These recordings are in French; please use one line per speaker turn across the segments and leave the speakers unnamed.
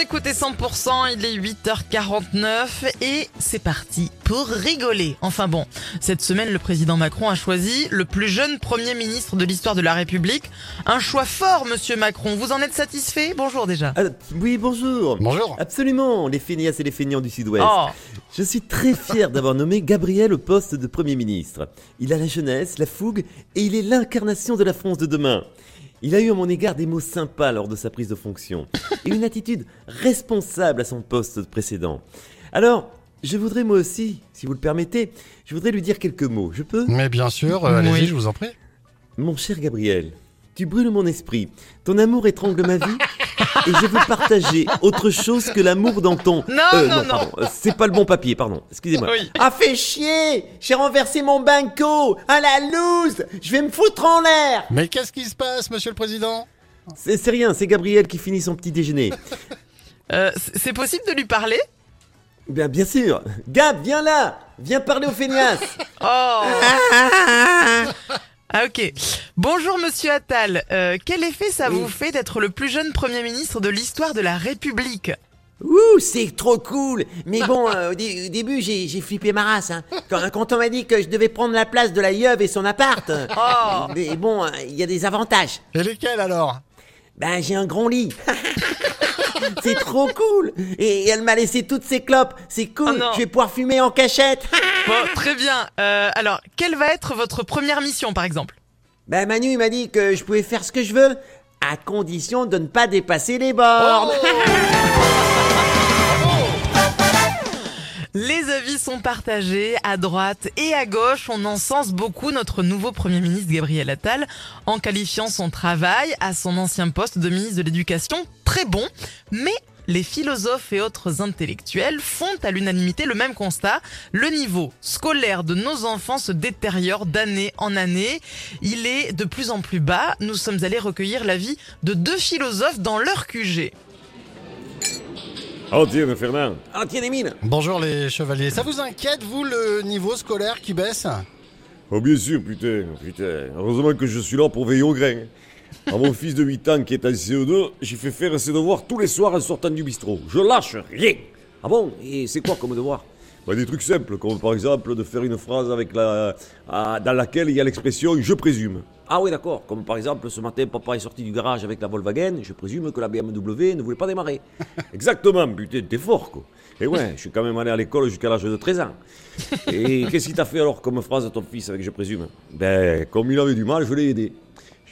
écoutez 100%, il est 8h49 et c'est parti pour rigoler. Enfin bon, cette semaine, le président Macron a choisi le plus jeune Premier ministre de l'histoire de la République. Un choix fort, monsieur Macron. Vous en êtes satisfait Bonjour déjà.
Ah, oui, bonjour.
Bonjour.
Absolument, les feignasses et les feignants du Sud-Ouest.
Oh,
Je suis très fier d'avoir nommé Gabriel au poste de Premier ministre. Il a la jeunesse, la fougue et il est l'incarnation de la France de demain. Il a eu à mon égard des mots sympas lors de sa prise de fonction et une attitude responsable à son poste précédent. Alors, je voudrais moi aussi, si vous le permettez, je voudrais lui dire quelques mots. Je peux
Mais bien sûr, euh, allez-y,
Oui.
je vous en prie.
Mon cher Gabriel, tu brûles mon esprit. Ton amour étrangle ma vie. Et je veux partager autre chose que l'amour dans ton.
Non, non, non.
pardon, euh, C'est pas le bon papier, pardon. Excusez-moi.
Oui.
Ah, fait chier J'ai renversé mon banco À la loose Je vais me foutre en l'air
Mais qu'est-ce qui se passe, monsieur le président
C'est c'est rien, c'est Gabriel qui finit son petit déjeuner.
euh, c- c'est possible de lui parler
Bien, bien sûr. Gab, viens là Viens parler aux feignasses
Oh Ah ok. Bonjour monsieur Attal. Euh, quel effet ça
Oui.
vous fait d'être le plus jeune Premier ministre de l'histoire de la République
Ouh, c'est trop cool Mais bon, euh, au, dé- au début, j'ai j'ai flippé ma race. Hein. Quand, quand on m'a dit que je devais prendre la place de la Yeuve et son appart. euh,
Oh
Mais bon, euh, il y a des avantages.
Et lesquels alors
Ben, j'ai un grand lit. c'est trop cool Et elle m'a laissé toutes ses clopes. C'est
Oh
cool,
non.
je vais pouvoir fumer en cachette.
Bon, très bien. Euh, alors, quelle va être votre première mission, par exemple
ben, Manu il m'a dit que je pouvais faire ce que je veux, à condition de ne pas dépasser les bornes.
Oh. Les avis sont partagés à droite et à gauche. On encense beaucoup notre nouveau Premier ministre Gabriel Attal en qualifiant son travail à son ancien poste de ministre de l'Éducation très bon. Mais les philosophes et autres intellectuels font à l'unanimité le même constat. Le niveau scolaire de nos enfants se détériore d'année en année. Il est de plus en plus bas. Nous sommes allés recueillir l'avis de deux philosophes dans leur QG.
Oh Dieu, Fernand
Oh, tiens, Emile
Bonjour les chevaliers. Ça vous inquiète, vous, le niveau scolaire qui baisse
Oh bien sûr, putain, putain. Heureusement que je suis là pour veiller au grain. À mon fils de 8 ans qui est en CO2, j'ai fait faire ses devoirs tous les soirs en sortant du bistrot. Je lâche rien. Ah bon Et c'est quoi comme devoir Bah, Des trucs simples, comme par exemple de faire une phrase avec la... ah, dans laquelle il y a l'expression « je présume
Ah oui, d'accord. Comme par exemple, ce matin, papa est sorti du garage avec la Volkswagen. Je présume que la BMW ne voulait pas démarrer. ».
Exactement, putain, t'es fort, quoi. Et ouais, je suis quand même allé à l'école jusqu'à l'âge de 13 ans. Et qu'est-ce qu'il t'a fait alors comme phrase à ton fils avec « je présume » Ben, comme il avait du mal, je l'ai aidé.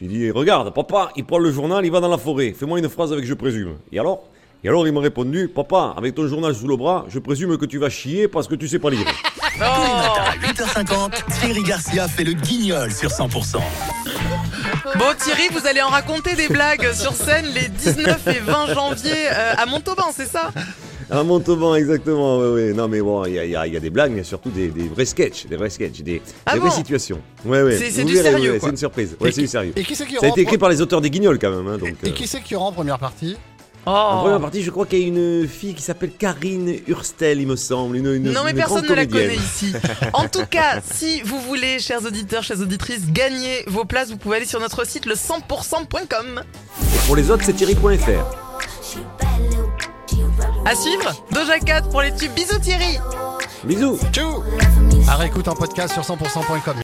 J'ai dit, regarde, papa, il prend le journal, il va dans la forêt. Fais-moi une phrase avec je présume. Et alors Et alors, il m'a répondu, papa, avec ton journal sous le bras, je présume que tu vas chier parce que tu sais pas lire.
Tous les matins à 8h50, Thierry Garcia fait le guignol sur 100%.
Bon Thierry, vous allez en raconter des blagues sur scène les 19 et 20 janvier euh, à Montauban, c'est ça
À Montauban, exactement, oui, oui. Non, mais bon, il y a, il y a- il y a des blagues, mais surtout des, des vrais sketchs, des vrais sketchs, des,
Ah
des
bon
vraies situations. Ouais, ouais.
C'est- c'est
Vous
du
verrez,
sérieux,
ouais,
quoi.
C'est une surprise. Ouais,
Et
c'est
qui-
du sérieux.
Et qui c'est qui
Ça a
rend
été écrit par les auteurs des Guignols, quand même. hein, donc,
Et
euh.
qui c'est qui rend première partie
En première
Oh
partie, je crois qu'il y a une fille qui s'appelle Karine Hurstel, il me semble. Une, une-
non mais
une
personne
grande
ne la
comédienne.
connaît ici. En tout cas, si vous voulez, chers auditeurs, chères auditrices, gagner vos places, vous pouvez aller sur notre site le 100%.com.
Pour les autres, c'est Thierry.fr.
À suivre, Doja Cat pour les tubes. Bisous Thierry
Bisous
Tchou À réécoute en Ah, podcast sur 100%.com.